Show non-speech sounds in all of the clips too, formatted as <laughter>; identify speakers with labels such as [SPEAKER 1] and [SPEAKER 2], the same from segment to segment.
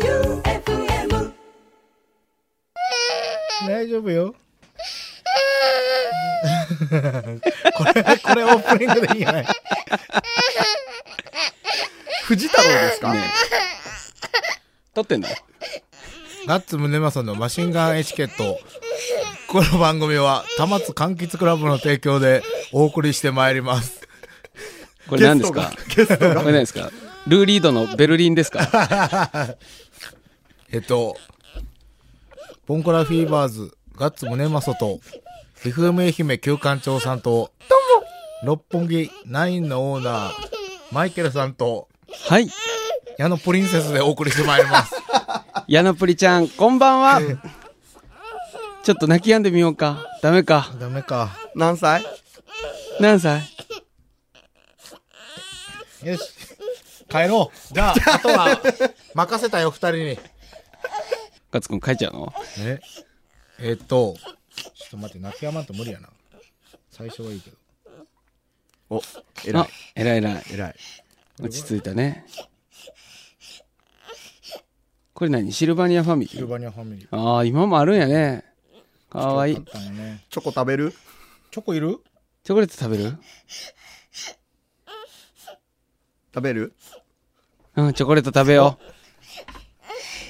[SPEAKER 1] J-O-E-U-F-M
[SPEAKER 2] 大丈夫よ。 <laughs> これ、これオープニングでいいんじゃない
[SPEAKER 3] 藤太郎ですか、
[SPEAKER 4] ねえ撮ってんだよ。
[SPEAKER 2] ガッツムネマソンのマシンガンエチケット。この番組は、たまつ柑橘クラブの提供でお送りしてまいります。
[SPEAKER 4] これ何ですか
[SPEAKER 3] ゲス
[SPEAKER 4] こ
[SPEAKER 3] ト
[SPEAKER 4] れ何ですかルーリードのベルリンですか
[SPEAKER 2] えっと、ボンコラフィーバーズ、ガッツムネマソと、FM 愛媛旧館長さんと、六本木ナインのオーナー、マイケルさんと、
[SPEAKER 4] はい。
[SPEAKER 2] 矢野プリンセスでお送りしてまいります。
[SPEAKER 4] ヤナプリちゃん、こんばんは。ちょっと泣き止んでみようか。ダメか。
[SPEAKER 2] ダメか。
[SPEAKER 3] 何歳
[SPEAKER 4] 何歳
[SPEAKER 2] よし。帰ろう。じゃあ、あとは、任せたよ、二人に。
[SPEAKER 4] ガッツくん書いちゃうの
[SPEAKER 2] ええっと、ちょっと待って、泣き止まんと無理やな。最初はいいけど。
[SPEAKER 3] お、偉
[SPEAKER 4] あ
[SPEAKER 3] い。、
[SPEAKER 4] 偉い偉い。
[SPEAKER 3] 偉い。
[SPEAKER 4] 落ち着いたね。これ何シルバニアファミリ
[SPEAKER 2] シル
[SPEAKER 4] ー
[SPEAKER 2] バニアファミリー。
[SPEAKER 4] ああ、今もあるんやね。かわいい
[SPEAKER 2] 買っ。たんよね。
[SPEAKER 3] チョコ食べる
[SPEAKER 2] チョコいる
[SPEAKER 4] チョコレート食べる
[SPEAKER 3] 食べる
[SPEAKER 4] うん、チョコレート食べよう。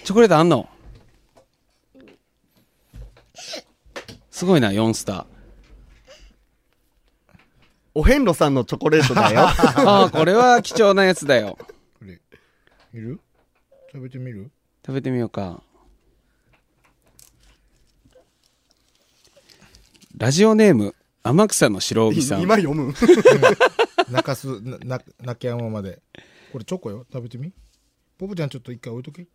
[SPEAKER 4] チョコレートあんのすごいな、4スター。
[SPEAKER 3] お遍路さんのチョコレート <laughs> だよ。
[SPEAKER 4] ああ、これは貴重なやつだよ。
[SPEAKER 2] これ。いる食べてみる
[SPEAKER 4] 食べてみようか。ラジオネーム、天草の白帯さん。
[SPEAKER 3] 今読む
[SPEAKER 2] 泣かす、な、な泣き止むまで。これチョコよ。食べてみ。ポポちゃんちょっと一回置いとけ。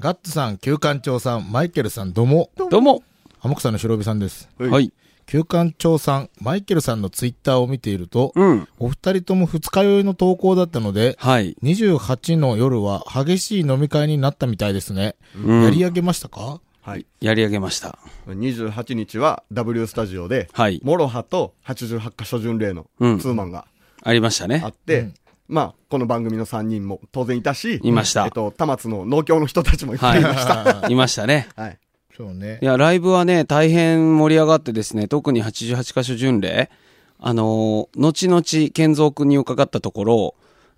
[SPEAKER 2] ガッツさん、旧館長さん、マイケルさん、どうも。
[SPEAKER 4] どうも。
[SPEAKER 2] 天草の白帯さんです。
[SPEAKER 3] はい
[SPEAKER 4] はい。
[SPEAKER 2] 旧館長さん、マイケルさんのツイッターを見ていると、
[SPEAKER 4] うん。
[SPEAKER 2] お二人とも二日酔いの投稿だったので、
[SPEAKER 4] はい。
[SPEAKER 2] 28の夜は激しい飲み会になったみたいですね。
[SPEAKER 4] うん
[SPEAKER 2] やり上げましたか
[SPEAKER 3] はい。
[SPEAKER 4] やり上げました。
[SPEAKER 3] 28日は W スタジオで、
[SPEAKER 4] はい。
[SPEAKER 3] モロハと88カ所巡礼のツ
[SPEAKER 4] うん
[SPEAKER 3] ーマンが
[SPEAKER 4] ありました
[SPEAKER 3] あ
[SPEAKER 4] ね
[SPEAKER 3] っ。て、
[SPEAKER 2] うん
[SPEAKER 3] まあ、この番組の3人も当然いたし、
[SPEAKER 4] いました
[SPEAKER 3] えっと、田松の農協の人たちもいっぱいいました。
[SPEAKER 4] はい。いましたね。
[SPEAKER 3] はい。
[SPEAKER 2] そうね
[SPEAKER 4] い。や、ライブはね、大変盛り上がってですね、特に88カ所巡礼、あのー後々、健三君に伺ったところ、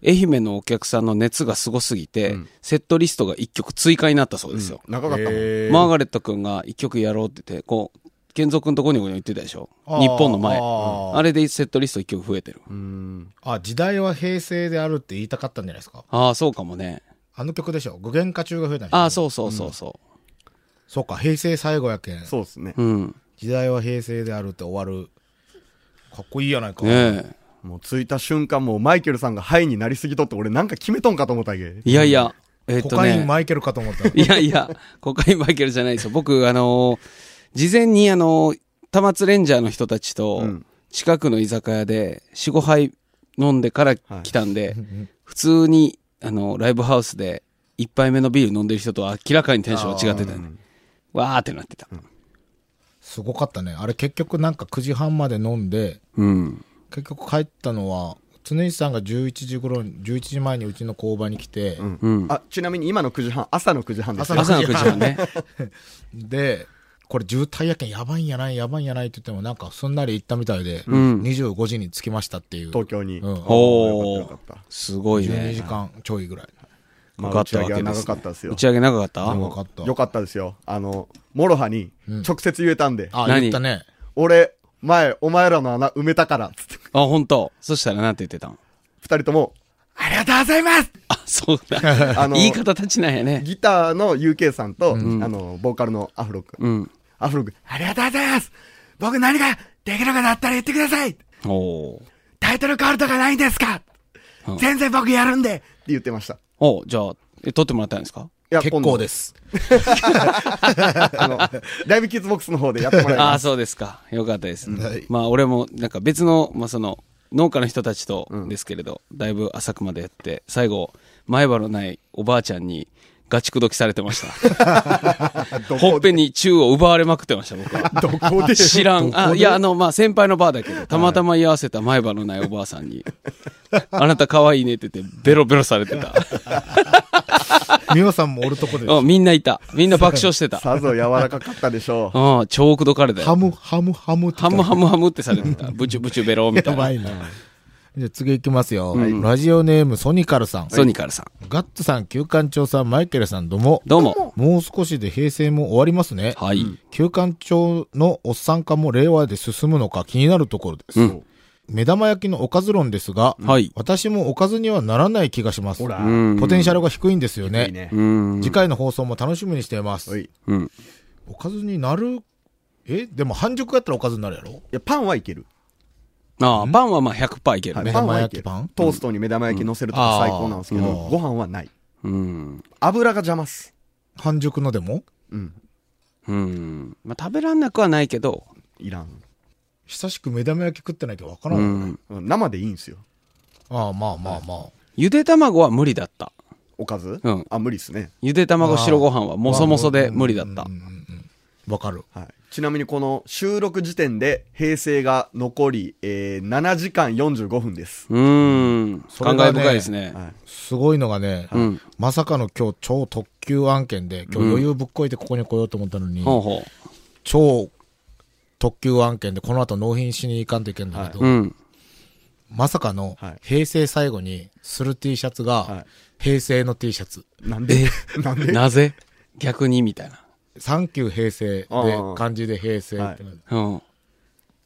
[SPEAKER 4] 愛媛のお客さんの熱がすごすぎて、セットリストが1曲追加になったそうですよ。
[SPEAKER 3] 長かったもん。
[SPEAKER 2] えー
[SPEAKER 4] マーガレット君が1曲やろうって言って、こう、健三君とゴニョゴニョ言ってたでしょ日本の前。
[SPEAKER 2] あー
[SPEAKER 4] あれでセットリスト1曲増えてる。
[SPEAKER 3] うん。
[SPEAKER 2] あ、時代は平成であるって言いたかったんじゃないですか。
[SPEAKER 4] ああ、そうかもね。
[SPEAKER 2] あの曲でしょ。具現化中が増えたんでしょ
[SPEAKER 4] ああ、そうそうそうそ
[SPEAKER 2] そうか、平成最後やけん。
[SPEAKER 3] そうですね
[SPEAKER 4] う。。うん。
[SPEAKER 2] 時代は平成であるって終わる。かっこいいやないか。
[SPEAKER 4] ねえ。
[SPEAKER 3] もう着いた瞬間、もうマイケルさんがハイになりすぎとって、俺なんか決めとんかと思ったけ。
[SPEAKER 4] いやいや、えっ
[SPEAKER 2] コ
[SPEAKER 4] とね。
[SPEAKER 2] カインマイケルかと思った。
[SPEAKER 4] いやいや、コカインマイケルじゃないですよ。僕、あのー事前にあのー、田松レンジャーの人たちと
[SPEAKER 3] ん、
[SPEAKER 4] 近くの居酒屋で、4、5杯飲んでから来たんで、普通に、あのーライブハウスで、1杯目のビール飲んでる人とは明らかにテンションが違ってたね。わーってなってた。
[SPEAKER 2] すごかったね。あれ結局なんか9時半まで飲んで、
[SPEAKER 4] うん。
[SPEAKER 2] 結局帰ったのは、常石さんが11時頃に、11時前にうちの工場に来て、
[SPEAKER 4] うん。
[SPEAKER 3] あ、ちなみに今の9時半、朝の9時半ですよ
[SPEAKER 4] 朝の9時半
[SPEAKER 3] <laughs>
[SPEAKER 4] ね。
[SPEAKER 2] で、これ渋滞やけんやばいんやない、やばいんやないって言ってもなんかすんなり行ったみたいで、
[SPEAKER 4] ん
[SPEAKER 2] 25時に着きましたっていう。
[SPEAKER 3] 東京に。
[SPEAKER 2] うん。
[SPEAKER 4] お
[SPEAKER 3] よか
[SPEAKER 4] ー
[SPEAKER 3] ったよかっ。
[SPEAKER 4] すごい
[SPEAKER 2] 12時
[SPEAKER 4] ね。
[SPEAKER 2] 間ちょいぐらい。
[SPEAKER 4] よ
[SPEAKER 3] まあ、
[SPEAKER 4] か
[SPEAKER 3] 打
[SPEAKER 4] っ
[SPEAKER 3] ち
[SPEAKER 4] た
[SPEAKER 3] 上
[SPEAKER 4] わ
[SPEAKER 3] げ
[SPEAKER 4] け
[SPEAKER 3] は
[SPEAKER 4] です、ね。
[SPEAKER 3] 長かったですよ
[SPEAKER 4] 打。ち上げ長かった
[SPEAKER 2] よかった。
[SPEAKER 3] よかったですよ。あの、モロハに直接言えたんで、
[SPEAKER 2] あ、
[SPEAKER 4] 何
[SPEAKER 2] 言ったね。
[SPEAKER 3] 俺、前、お前らの穴埋めたから、つって、
[SPEAKER 4] あ、本当。そしたらなんて言ってたん
[SPEAKER 3] 二人とも、ありがとうございます
[SPEAKER 4] あ、そうだ。
[SPEAKER 3] <laughs> あの
[SPEAKER 4] 言い方たちなんやね。
[SPEAKER 3] ギターの UK さんと、あの、ボーカルのアフロ君。
[SPEAKER 4] うん。
[SPEAKER 3] アフロ君、ありがとうございます僕何ができるかだったら言ってください
[SPEAKER 4] おお。
[SPEAKER 3] タイトル変わるとかないんですか、
[SPEAKER 4] うん
[SPEAKER 3] 全然僕やるんでって言ってました。い
[SPEAKER 4] おじゃあ、え、撮ってもらったんですか
[SPEAKER 3] や
[SPEAKER 2] 結構で。す。
[SPEAKER 3] 今度あの、ライブキッズボックスの方でやってもらい
[SPEAKER 4] ああー、
[SPEAKER 3] ます。
[SPEAKER 4] そうですか。よかったです。
[SPEAKER 2] はい
[SPEAKER 4] まあ、俺も、なんか別の、まあその、農家の人たちとですけれど、だいぶ浅くまでやって、最後、前歯のないおばあちゃんに、ガチ口説きされてました。
[SPEAKER 3] <laughs>
[SPEAKER 4] ほっぺに宙を奪われまくってました、僕は。
[SPEAKER 3] どこで
[SPEAKER 4] 知らん。あ、いや、あの、まあ、先輩のバーだけど、たまたま居合わせた前歯のないおばあさ
[SPEAKER 3] <laughs>
[SPEAKER 4] んに、あなた可愛いねって言って、ベロベロされてた。
[SPEAKER 2] ミオさんもおるとこで
[SPEAKER 4] うん、みんないた。みんな爆笑してた。
[SPEAKER 3] さぞ柔らかかったでしょう。
[SPEAKER 4] うん、超口説かれた
[SPEAKER 2] ハ
[SPEAKER 4] よ。
[SPEAKER 2] ム、ハム、ハムって
[SPEAKER 4] ハ
[SPEAKER 2] 言った
[SPEAKER 4] ム
[SPEAKER 2] ら
[SPEAKER 4] ハムハムっ
[SPEAKER 2] <laughs>
[SPEAKER 4] てされてた。ブチュブチュベロみたい
[SPEAKER 2] やばい
[SPEAKER 4] な。
[SPEAKER 2] な。じゃあ次行きますよ。ラジオネームソニカルさん。
[SPEAKER 4] ソニカルさん。
[SPEAKER 2] ガッツさん、旧館長さん、マイケルさん、どうも。
[SPEAKER 4] どうも。
[SPEAKER 2] もう少しで平成も終わりますね。
[SPEAKER 4] はい。
[SPEAKER 2] 旧館長のおっさん化も令和で進むのか気になるところです。
[SPEAKER 4] うん。
[SPEAKER 2] 目玉焼きのおかず論ですが、
[SPEAKER 4] はい。
[SPEAKER 2] 私もおかずにはならない気がします。
[SPEAKER 3] ほら
[SPEAKER 4] う、ん。
[SPEAKER 2] ポテンシャルが低いんですよね。
[SPEAKER 3] いいね
[SPEAKER 4] う。ん。
[SPEAKER 2] 次回の放送も楽しみにしていま
[SPEAKER 3] お
[SPEAKER 2] す。
[SPEAKER 3] い。
[SPEAKER 4] うん。
[SPEAKER 2] おかずになる、えでも半熟やったらおかずになるやろ
[SPEAKER 3] いや、パンはいける。
[SPEAKER 4] ああ、パンはまあ100%いける
[SPEAKER 3] はい
[SPEAKER 4] ね。
[SPEAKER 2] 目
[SPEAKER 3] パン
[SPEAKER 2] 玉
[SPEAKER 3] はい
[SPEAKER 2] 焼
[SPEAKER 3] け
[SPEAKER 2] き
[SPEAKER 3] る
[SPEAKER 2] パン
[SPEAKER 3] トーストに目玉焼き乗せると
[SPEAKER 2] うんあ
[SPEAKER 3] か
[SPEAKER 2] ー
[SPEAKER 3] 最高なんですけど、
[SPEAKER 2] うん
[SPEAKER 3] ご飯はない。
[SPEAKER 4] うん。
[SPEAKER 3] 油が邪魔っす。
[SPEAKER 2] 半熟のでも
[SPEAKER 3] うん。
[SPEAKER 4] うん。まあ食べらんなくはないけど、
[SPEAKER 3] いらん。
[SPEAKER 2] 久しく目玉焼き食ってないけどわからん
[SPEAKER 4] う
[SPEAKER 2] わ。
[SPEAKER 4] ん。
[SPEAKER 3] うん生でいいんすよ。
[SPEAKER 2] ああ、まあまあまあ。
[SPEAKER 4] ゆで卵は無理だった。
[SPEAKER 3] おかず
[SPEAKER 4] うん
[SPEAKER 3] あ、無理っすね。
[SPEAKER 4] ゆで卵白ご飯はもそもそで無理だった
[SPEAKER 2] うん。うんうんわかる。
[SPEAKER 3] はい。ちなみにこの収録時点で平成が残り、えー、7時間45分です。
[SPEAKER 4] うーん。
[SPEAKER 2] それ
[SPEAKER 4] 感
[SPEAKER 2] がね
[SPEAKER 4] 慨深いですね。
[SPEAKER 3] はい。
[SPEAKER 2] すごいのがね、
[SPEAKER 4] うん。
[SPEAKER 2] まさかの今日超特急案件で、今日余裕ぶっこいてここに来ようと思ったのに、
[SPEAKER 4] ほうほ
[SPEAKER 2] 超特急案件でこの後納品しに行かんといけんだけど、
[SPEAKER 4] う。うん。
[SPEAKER 2] まさかの
[SPEAKER 3] はい
[SPEAKER 2] 平成最後にする T シャツ
[SPEAKER 3] は
[SPEAKER 2] が
[SPEAKER 3] い、
[SPEAKER 2] 平成の T シャツ。
[SPEAKER 3] なんで <laughs> なんで
[SPEAKER 4] なぜ逆にみたいな。
[SPEAKER 2] サンキュー平成
[SPEAKER 3] あ
[SPEAKER 2] で
[SPEAKER 3] あ、
[SPEAKER 2] 漢字で平成ってなる
[SPEAKER 4] うん。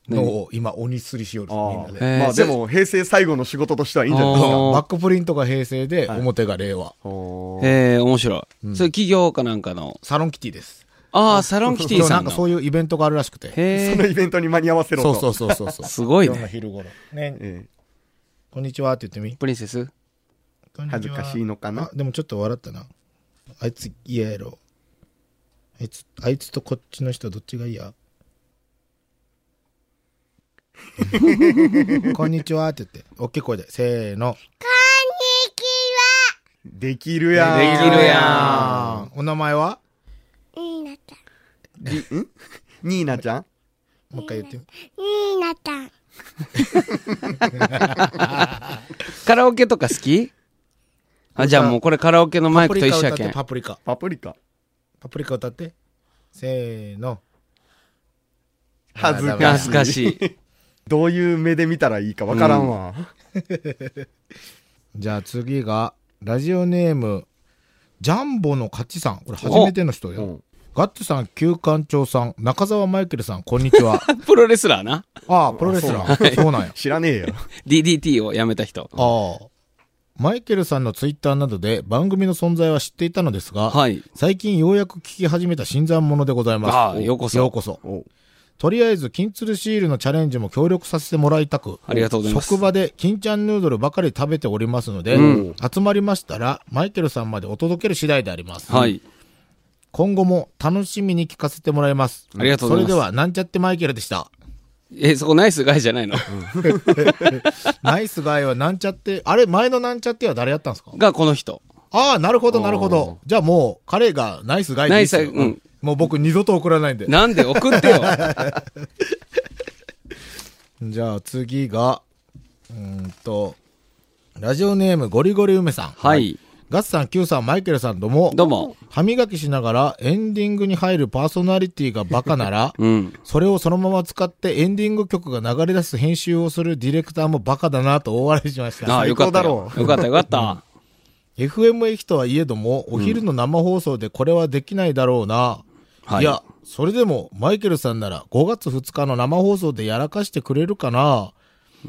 [SPEAKER 2] のを今鬼すりしよる、みん
[SPEAKER 3] あ
[SPEAKER 2] な
[SPEAKER 3] あ、
[SPEAKER 2] で。
[SPEAKER 4] えー
[SPEAKER 3] まあでも平成最後の仕事としてはいいんじゃない
[SPEAKER 4] あ
[SPEAKER 3] です
[SPEAKER 4] ー
[SPEAKER 3] か。
[SPEAKER 2] バックプリントが平成で、表が令和。
[SPEAKER 3] おー
[SPEAKER 4] ええ、面白い。それ企業かなんかの。
[SPEAKER 2] サロンキティです。
[SPEAKER 4] ああ、サロンキティ
[SPEAKER 2] な
[SPEAKER 4] さん
[SPEAKER 2] んか
[SPEAKER 4] の
[SPEAKER 2] そ。ういうイベントがあるらしくて。
[SPEAKER 4] へ
[SPEAKER 3] その
[SPEAKER 4] え。
[SPEAKER 3] イベントに間に合わせろ
[SPEAKER 2] そ
[SPEAKER 3] と。
[SPEAKER 2] うそうそうそうそう。
[SPEAKER 4] すごい
[SPEAKER 2] 今日の
[SPEAKER 4] ね。
[SPEAKER 2] 昼頃。ね、
[SPEAKER 3] え
[SPEAKER 2] こんにちはって言ってみ。
[SPEAKER 4] プリンセス
[SPEAKER 2] こんにちは
[SPEAKER 3] 恥ずかしいのかな
[SPEAKER 2] あ、でもちょっと笑ったな。あいつ嫌やろ。あいつ、あいつとこっちの人どっちが
[SPEAKER 4] <laughs>
[SPEAKER 2] 嫌こんにちはって言って、大きい声で、せーの。
[SPEAKER 3] ーできるやん。
[SPEAKER 4] できるや
[SPEAKER 2] あーお名前は
[SPEAKER 5] ニーナちゃん。
[SPEAKER 3] りんニーナちゃん
[SPEAKER 2] もう一回言ってよ。
[SPEAKER 5] ニーナちゃん。
[SPEAKER 4] カラオケとか好きあ、じゃあもうこれカラオケのマイクと一緒や
[SPEAKER 2] 歌っ
[SPEAKER 4] け
[SPEAKER 2] て、
[SPEAKER 4] ん。
[SPEAKER 2] パプリカ。
[SPEAKER 3] パプリカ。
[SPEAKER 2] パプリカ歌って。せーの。
[SPEAKER 3] 恥ず
[SPEAKER 2] パ
[SPEAKER 3] かし
[SPEAKER 4] 懐
[SPEAKER 3] い。
[SPEAKER 4] かしい。
[SPEAKER 3] どういう目で見たらいいかわからんわ。
[SPEAKER 2] じゃあ次が、ラジオネーム、ジャンボの勝ちさん。これ初めての人
[SPEAKER 3] う
[SPEAKER 2] よ
[SPEAKER 3] ん。
[SPEAKER 2] ガッツさん、旧館長さん、中澤マイケルさん、こんにちは。 <laughs>
[SPEAKER 4] プロレスラーな。
[SPEAKER 2] ああ、プロレスラー。そうなんや。
[SPEAKER 3] 知らねえよ。
[SPEAKER 4] DDT を辞めた人。
[SPEAKER 2] ああ。マイケルさんのツイッターなどで番組の存在は知っていたのですが、
[SPEAKER 4] はい。
[SPEAKER 2] 最近ようやく聞き始めた新参者でございます。
[SPEAKER 4] ああようこそ
[SPEAKER 2] ようこそ。
[SPEAKER 3] お
[SPEAKER 2] とりあえず、金鶴シールのチャレンジも協力させてもらいたく、
[SPEAKER 4] ありがとうございます
[SPEAKER 2] 職場で金ちゃんヌードルばかり食べておりますので、
[SPEAKER 4] うん
[SPEAKER 2] 集まりましたら、マイケルさんまでお届ける次第であります。
[SPEAKER 4] はい。
[SPEAKER 2] 今後も楽しみに聞かせてもらいます。
[SPEAKER 4] ありがとうございます
[SPEAKER 2] それでは、なんちゃってマイケルで
[SPEAKER 4] <laughs>
[SPEAKER 2] した。
[SPEAKER 4] え、そこナイスガイじゃないの
[SPEAKER 2] ナイスガイはなんちゃって、あれ、前のなんちゃっては誰やったんですか
[SPEAKER 4] がこの人。
[SPEAKER 2] ああ、なるほど、なるほど。じゃあもう、彼がナイスガイでいいっすよ
[SPEAKER 4] ナイスガイうん
[SPEAKER 2] もう僕二度と送らないんで。
[SPEAKER 4] なんで送ってよ。
[SPEAKER 2] じゃあ次が、うーんと、ラジオネームゴリゴリ梅さん。
[SPEAKER 4] はい。
[SPEAKER 2] ガッツさん、キューさん、マイケルさん、どうも。
[SPEAKER 4] どうも。
[SPEAKER 2] 歯磨きしながらエンディングに入るパーソナリティがバカなら、
[SPEAKER 4] うん。
[SPEAKER 2] それをそのまま使ってエンディング曲が流れ出す編集をするディレクターもバカだなと大笑いしました。
[SPEAKER 4] ああ、よかった
[SPEAKER 3] 最高
[SPEAKER 4] よ。よかったよかった。
[SPEAKER 2] FM 駅とはいえども、お昼の生放送でこれはできないだろうな。
[SPEAKER 4] はい
[SPEAKER 2] い、や、それでも、マイケルさんなら5月2日の生放送でやらかしてくれるかな。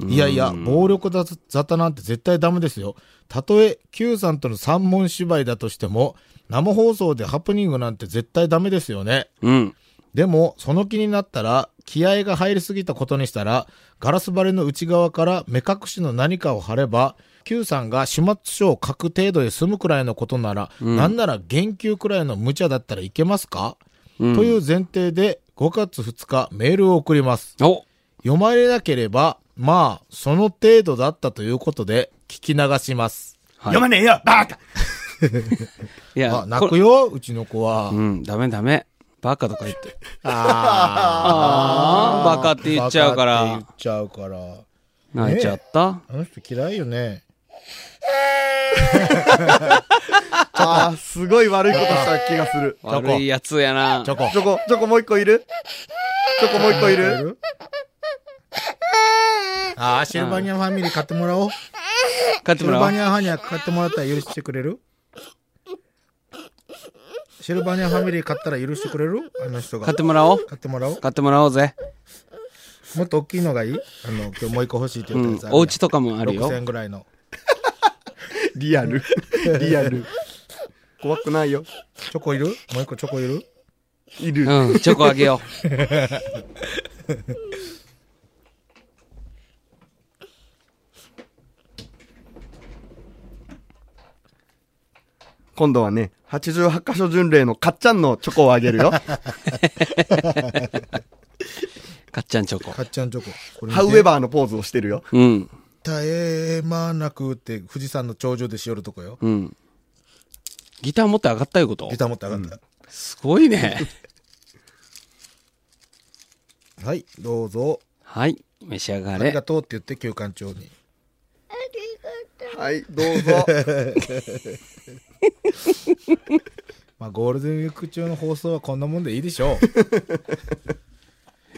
[SPEAKER 2] いやいや、暴力だ沙汰なんて絶対ダメですよ。たとえ Q さんとの三文芝居だとしても、生放送でハプニングなんて絶対ダメですよね。
[SPEAKER 4] うん。
[SPEAKER 2] でも、その気になったら、気合が入りすぎたことにしたら、ガラス張りの内側から目隠しの何かを貼れば、Q さんが始末書を書く程度で済むくらいのことなら、なんなら言及くらいの無茶だったらいけますか、という前提で、5月2日メールを送ります。
[SPEAKER 4] お
[SPEAKER 2] 読まれなければ、まあ、その程度だったということで、聞き流します。
[SPEAKER 4] はい
[SPEAKER 3] ねえよバカ
[SPEAKER 4] いや、
[SPEAKER 2] あ、
[SPEAKER 4] こ
[SPEAKER 2] 泣
[SPEAKER 4] れ
[SPEAKER 2] くよ、うちの子は。
[SPEAKER 4] うん、ダメダメ。バカとか言って。
[SPEAKER 2] あ
[SPEAKER 4] あー、バカって言っちゃうか
[SPEAKER 2] バカって
[SPEAKER 4] ら
[SPEAKER 2] 言っ、ちゃうから。
[SPEAKER 4] 泣いちゃった。
[SPEAKER 2] あの人嫌いよね。
[SPEAKER 3] ああ、すごい悪いことした気がする。
[SPEAKER 2] ョコ
[SPEAKER 4] 悪いやつやな
[SPEAKER 2] チ。ョコ。
[SPEAKER 3] チョコ、チョコもう一個いるチョコもう一個いる
[SPEAKER 2] ああ、シルバニアファミリー買ってもらおう。
[SPEAKER 4] 買って
[SPEAKER 2] シ
[SPEAKER 4] も
[SPEAKER 2] ル
[SPEAKER 4] らお
[SPEAKER 2] バ
[SPEAKER 4] う
[SPEAKER 2] ニ。アファミリー買ってもらったら許してくれるシルバニアファミリー買ったら許してくれるあの人が。
[SPEAKER 4] 買ってもらおう。
[SPEAKER 2] 買ってもらおう。
[SPEAKER 4] 買ってもらおうぜ。
[SPEAKER 2] もっと大きいのがいいあの、今日もう一個欲しいって
[SPEAKER 4] う
[SPEAKER 2] 言った
[SPEAKER 4] ん
[SPEAKER 2] やつ。
[SPEAKER 4] お家とかもあ
[SPEAKER 2] あ
[SPEAKER 4] るよ。
[SPEAKER 2] 6000円ぐらいの。
[SPEAKER 3] リアル。 <laughs> リアル。怖くないよ。
[SPEAKER 2] チョコいるもう一個チョコいる
[SPEAKER 3] いる。
[SPEAKER 4] うん、チョコあげよ
[SPEAKER 3] 今度はね、88箇所巡礼のかっちゃんのチョコをあげるよ。
[SPEAKER 4] う。かっちゃんチョコ
[SPEAKER 2] か。っちゃんチョコ。これ見て
[SPEAKER 3] ハウエバーのポーズをしてるよ。
[SPEAKER 4] うん、
[SPEAKER 2] 絶え間なくって富士山の頂上でしよるとこよ。
[SPEAKER 4] うん。ギター持って上がったいうこと
[SPEAKER 2] ギター持って上がった。
[SPEAKER 4] すごいね。
[SPEAKER 2] はい、どうぞ。
[SPEAKER 4] はい、召し上が
[SPEAKER 2] あり
[SPEAKER 4] れ
[SPEAKER 2] が。とうって言って、休館長に。
[SPEAKER 3] はい、どうぞ。
[SPEAKER 2] まあ、ゴールデンウィーク中の放送はこんなもんでいいで
[SPEAKER 4] <laughs>
[SPEAKER 2] しょう。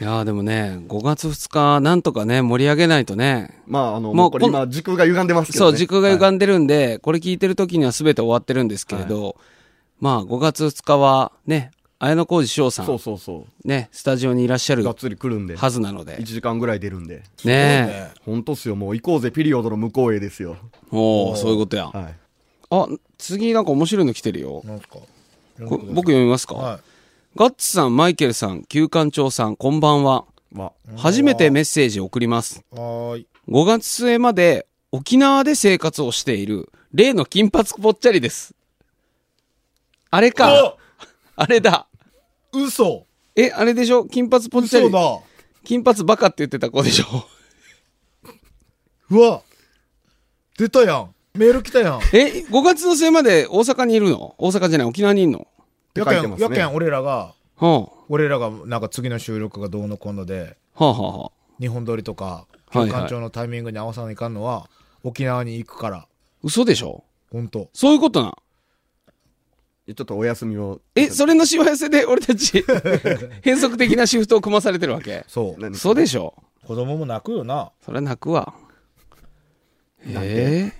[SPEAKER 4] いやーでもね、5月2日、なんとかね、盛り上げないとね。
[SPEAKER 3] まあ、あの、
[SPEAKER 4] も
[SPEAKER 3] も
[SPEAKER 4] う
[SPEAKER 3] うこれ
[SPEAKER 4] こん
[SPEAKER 3] 今、時空が歪んでますけど、
[SPEAKER 4] そ
[SPEAKER 3] ね。
[SPEAKER 4] う、時空が歪んでるんで、これ聞いてる時には全て終わってるんですけれど、まあ、5月2日はね、綾小路翔さ、
[SPEAKER 3] そうんそうそ
[SPEAKER 4] ね、スタジオにいらっしゃ
[SPEAKER 3] う。
[SPEAKER 4] る
[SPEAKER 3] がっつり来るんで。
[SPEAKER 4] はずなので
[SPEAKER 3] 1。時間ぐらい出るんで。
[SPEAKER 4] ねえ。
[SPEAKER 3] ほんとっすよ。もう行こうぜ、ピリオドの向こうへですよ。
[SPEAKER 4] おおそういうことや。
[SPEAKER 3] はい。
[SPEAKER 4] あ、次なんか面白いの来てるよ。
[SPEAKER 2] なんすか。
[SPEAKER 4] こ僕読みますか、
[SPEAKER 2] は
[SPEAKER 4] ガッツさん、マイケルさん、旧館長さん、こんばんは。
[SPEAKER 3] まあ、
[SPEAKER 4] 初めてメッセージを送ります。
[SPEAKER 2] い。はーい。
[SPEAKER 4] 5月末まで沖縄で生活をしている、例の金髪ぽっちゃりです。あれか。あれだ。
[SPEAKER 2] 嘘
[SPEAKER 4] え、あれでしょ金髪ぽっちゃ
[SPEAKER 2] 嘘
[SPEAKER 4] り。
[SPEAKER 2] だ
[SPEAKER 4] 金髪バカって言ってた子でしょ
[SPEAKER 2] うわ出たやんメール来たやん。
[SPEAKER 4] え、5月の末まで大阪にいるの大阪じゃない、沖縄にいるの
[SPEAKER 3] て
[SPEAKER 2] や
[SPEAKER 3] 書い
[SPEAKER 2] け
[SPEAKER 3] て
[SPEAKER 2] ん、
[SPEAKER 3] ますね
[SPEAKER 2] やけん、俺らが、
[SPEAKER 4] はあ、は
[SPEAKER 2] 俺らが、なんか次の収録がどうのこうので、
[SPEAKER 4] あ、はあはあ、
[SPEAKER 2] 日本撮りとか、
[SPEAKER 4] はいはい
[SPEAKER 2] 休館長のタイミングに合わさないかんのは、沖縄に行くから。
[SPEAKER 4] 嘘でしょ
[SPEAKER 2] ほんと。
[SPEAKER 4] そういうことなん。
[SPEAKER 3] ちょっとお休みを。
[SPEAKER 4] え、それのしわ寄せで俺たち、
[SPEAKER 2] <laughs>
[SPEAKER 4] 変則的なシフトを組まされてるわけ
[SPEAKER 2] そう。
[SPEAKER 3] 何
[SPEAKER 4] そうでしょ
[SPEAKER 2] 子供も泣くよな。
[SPEAKER 4] それは泣くわ。えー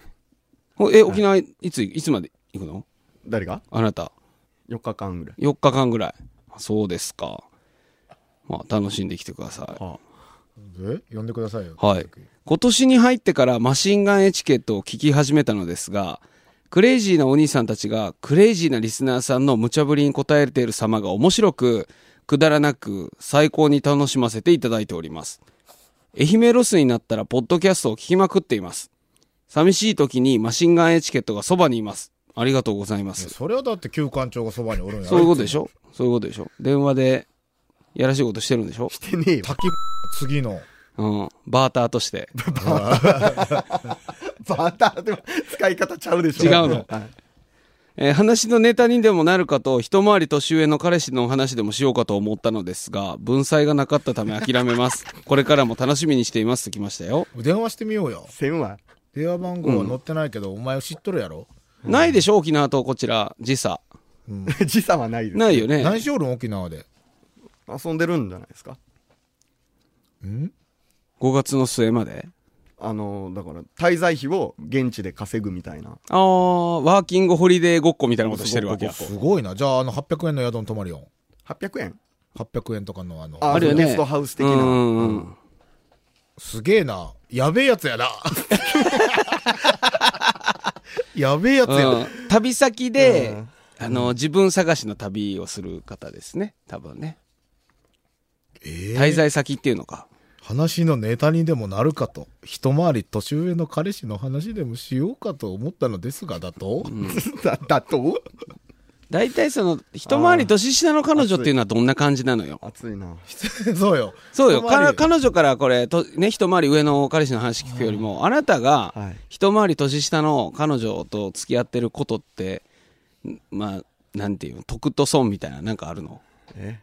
[SPEAKER 4] おえ、沖縄、いつ、いつまで行くの
[SPEAKER 3] 誰が
[SPEAKER 4] あなた、
[SPEAKER 3] ?4 日間ぐらい。
[SPEAKER 4] 4日間ぐらい。あそうですか。まあ、楽しんできてください。
[SPEAKER 3] あ
[SPEAKER 2] え呼んでくださいよ。
[SPEAKER 4] はい。今年に入ってからマシンガンエチケットを聞き始めたのですが、クレイジーなお兄さんたちがクレイジーなリスナーさんの無茶ぶりに応えている様が面白く、くだらなく最高に楽しませていただいております。愛媛ロスになったらポッドキャストを聞きまくっています。寂しい時にマシンガンエチケットがそばにいます。ありがとうござい
[SPEAKER 2] い
[SPEAKER 4] ま
[SPEAKER 2] や
[SPEAKER 4] す。
[SPEAKER 2] それはだって旧館長がそばにおるんや
[SPEAKER 4] そういうことで
[SPEAKER 2] し
[SPEAKER 4] しょそういうことでしょ電話でやらしいことしてるんでしょ
[SPEAKER 3] してねえよ。
[SPEAKER 2] 滝次の
[SPEAKER 4] うん。バーターとして。
[SPEAKER 3] バターでも使い方ちゃうでしょ。
[SPEAKER 4] 違うの
[SPEAKER 3] はい
[SPEAKER 4] えー話のネタにでもなるかと、一回り年上の彼氏のお話でもしようかと思ったのですが、文才がなかったため諦め
[SPEAKER 3] <laughs>
[SPEAKER 4] ます。これからも楽しみにしていますときましたよ。
[SPEAKER 2] 電話してみようよ
[SPEAKER 3] せんわ。
[SPEAKER 2] 電話番号は載ってないけど、お前知っとるやろ、
[SPEAKER 4] ないでしょ沖縄とこちら、時差。
[SPEAKER 3] 時差はないです。
[SPEAKER 4] ないよね。
[SPEAKER 2] 何しよるん沖縄で
[SPEAKER 3] 遊んでるんじゃないですか。
[SPEAKER 4] 5月の末まで。
[SPEAKER 3] あの、だから、滞在費を現地で稼ぐみたいな。
[SPEAKER 4] あー、ワーキングホリデーごっこみたいなことしてるわけや。
[SPEAKER 2] すごいなじゃああの800円の宿に泊まるよ
[SPEAKER 3] 800円 <laughs>
[SPEAKER 2] 800円とかのあの
[SPEAKER 3] あ
[SPEAKER 4] あるよね。
[SPEAKER 3] ゲストハウス的な
[SPEAKER 4] うんうんうん。
[SPEAKER 2] すげえなやべえやつ
[SPEAKER 4] <laughs>
[SPEAKER 2] やなやべえやつやな、
[SPEAKER 4] うん旅先で、あの、自分探しの旅をする方ですね。多分ね。
[SPEAKER 2] ええ
[SPEAKER 4] 滞在先っていうのか。
[SPEAKER 2] 話のネタにでもなるかと一回り年上の彼氏の話でもしようかと思ったのですがだと、
[SPEAKER 3] だ、だと
[SPEAKER 4] 大体その、一回り年下の彼女っていうのはどんな感じなのよ。
[SPEAKER 3] 暑いな。
[SPEAKER 2] <laughs> そうよ
[SPEAKER 4] そうよ。
[SPEAKER 2] 一回り
[SPEAKER 4] から彼女からこれ、とね、一回り上の彼氏の話聞くよりも、あなたが
[SPEAKER 3] はい、
[SPEAKER 4] 一回り年下の彼女と付き合ってることって、まあ、なんていうの得と損みたいな、なんかあるの
[SPEAKER 3] え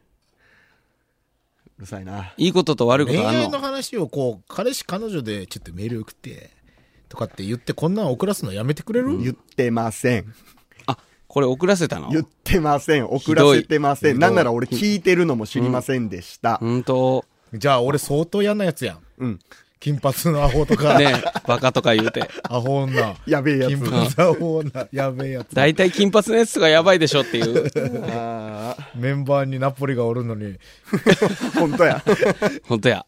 [SPEAKER 3] うるさいな。
[SPEAKER 4] いいことと悪いこ
[SPEAKER 2] 恋
[SPEAKER 4] とあ
[SPEAKER 2] 愛
[SPEAKER 4] ん
[SPEAKER 2] の
[SPEAKER 4] の
[SPEAKER 2] 話をこう、彼氏彼女でちょっとメール送って、とかって言ってこんなん送らすのやめてくれる、
[SPEAKER 3] 言ってません。
[SPEAKER 4] あ、これ遅らせたの
[SPEAKER 3] 言ってません。送らせてませ
[SPEAKER 2] ひど
[SPEAKER 3] ん。
[SPEAKER 2] い
[SPEAKER 3] なんなら俺聞いてるのも知りませんでした。
[SPEAKER 4] 本当
[SPEAKER 2] じゃあ俺相当嫌なやつやん。
[SPEAKER 3] うん。
[SPEAKER 2] 金髪のアホとか、
[SPEAKER 4] ねバカとか言うて。
[SPEAKER 2] アホ女。
[SPEAKER 3] やべえやつ
[SPEAKER 2] 金髪アホ女、やべえやつ。
[SPEAKER 4] 大体金髪のやつとかやばいでしょっていう。
[SPEAKER 3] ああ、
[SPEAKER 2] メンバーにナポリがおるのに、
[SPEAKER 3] 本当 <laughs> や。
[SPEAKER 4] 本当や。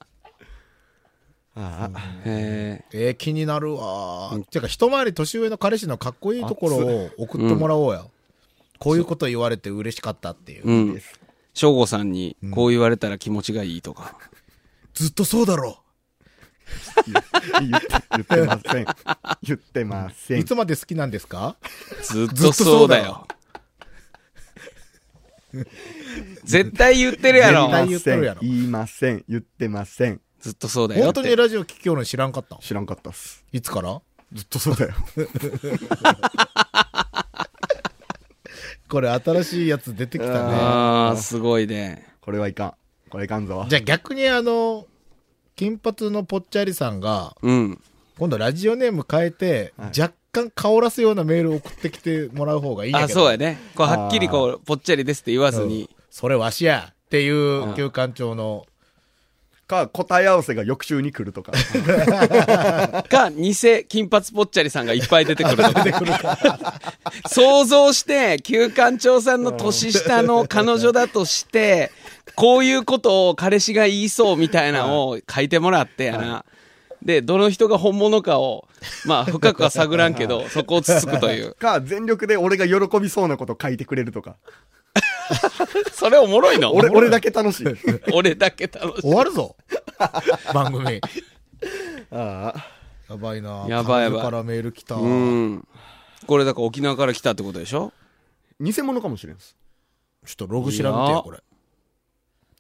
[SPEAKER 3] ああ、
[SPEAKER 4] へえ。
[SPEAKER 2] えー、気になるわー。てか、一回り年上の彼氏のかっこいいところを送ってもらおうや。こういうこと言われて嬉しかったっていう。
[SPEAKER 4] うん。省吾さんにこう言われたら気持ちがいいとか。
[SPEAKER 2] ずっとそうだろ
[SPEAKER 3] 言って、言ってません。言ってま
[SPEAKER 2] う。
[SPEAKER 3] せ
[SPEAKER 2] い
[SPEAKER 3] ん
[SPEAKER 2] つ。まで好きなんですか
[SPEAKER 4] ずっとそうだよ。 <laughs> 絶対言ってるやろ
[SPEAKER 2] 絶。対言ってるやろ
[SPEAKER 3] 言いません。言ってません。
[SPEAKER 4] ずっとそうだよっ
[SPEAKER 2] 本
[SPEAKER 4] て。
[SPEAKER 2] 当にラジオ聞きよるの知らんかったん
[SPEAKER 3] 知らんかったっす。
[SPEAKER 2] いつから
[SPEAKER 3] ずっとそうだよ。
[SPEAKER 2] これ新しいやつ出てきたね。
[SPEAKER 4] ああ、すごいね。
[SPEAKER 3] これはいかん。これいかんぞ。
[SPEAKER 2] じゃあ逆にあの、金髪のぽっちゃりさんが、
[SPEAKER 4] うん。
[SPEAKER 2] 今度ラジオネーム変えて、若干香らすようなメール送ってきてもらう方がいいんや
[SPEAKER 4] あ
[SPEAKER 2] けど。
[SPEAKER 4] そうやね。こうはっきりこう、ぽっちゃりですって言わずに。
[SPEAKER 2] それわしやっていう、旧館長の、
[SPEAKER 3] か、答え合わせが翌週に来
[SPEAKER 2] <laughs>
[SPEAKER 3] るとか。
[SPEAKER 4] か、偽金髪ぽっちゃりさんがいっぱい出てくるとか。想像して、旧館長さんの年下の彼女だとして、こういうことを彼氏が言いそうみたいなのを書いてもらってやな。で、どの人が本物かを、まあ、深くは探らんけど、そこをつつくという。
[SPEAKER 3] か、全力で俺が喜びそうなこと書いてくれるとか。
[SPEAKER 4] それおもろいの
[SPEAKER 3] 俺、俺だけ楽
[SPEAKER 2] <laughs>
[SPEAKER 3] しい。
[SPEAKER 4] 俺だけ楽し
[SPEAKER 2] 終わるぞ番組。
[SPEAKER 3] ああ、
[SPEAKER 2] やばいな
[SPEAKER 4] やばいや
[SPEAKER 2] 彼
[SPEAKER 4] ばい
[SPEAKER 2] 女からメール来た。
[SPEAKER 4] い。うん。これだから沖縄から来たってことでしょ
[SPEAKER 3] 偽物かもしれんっす。
[SPEAKER 2] ちょっとログ調べて
[SPEAKER 4] いや
[SPEAKER 2] よ、これ。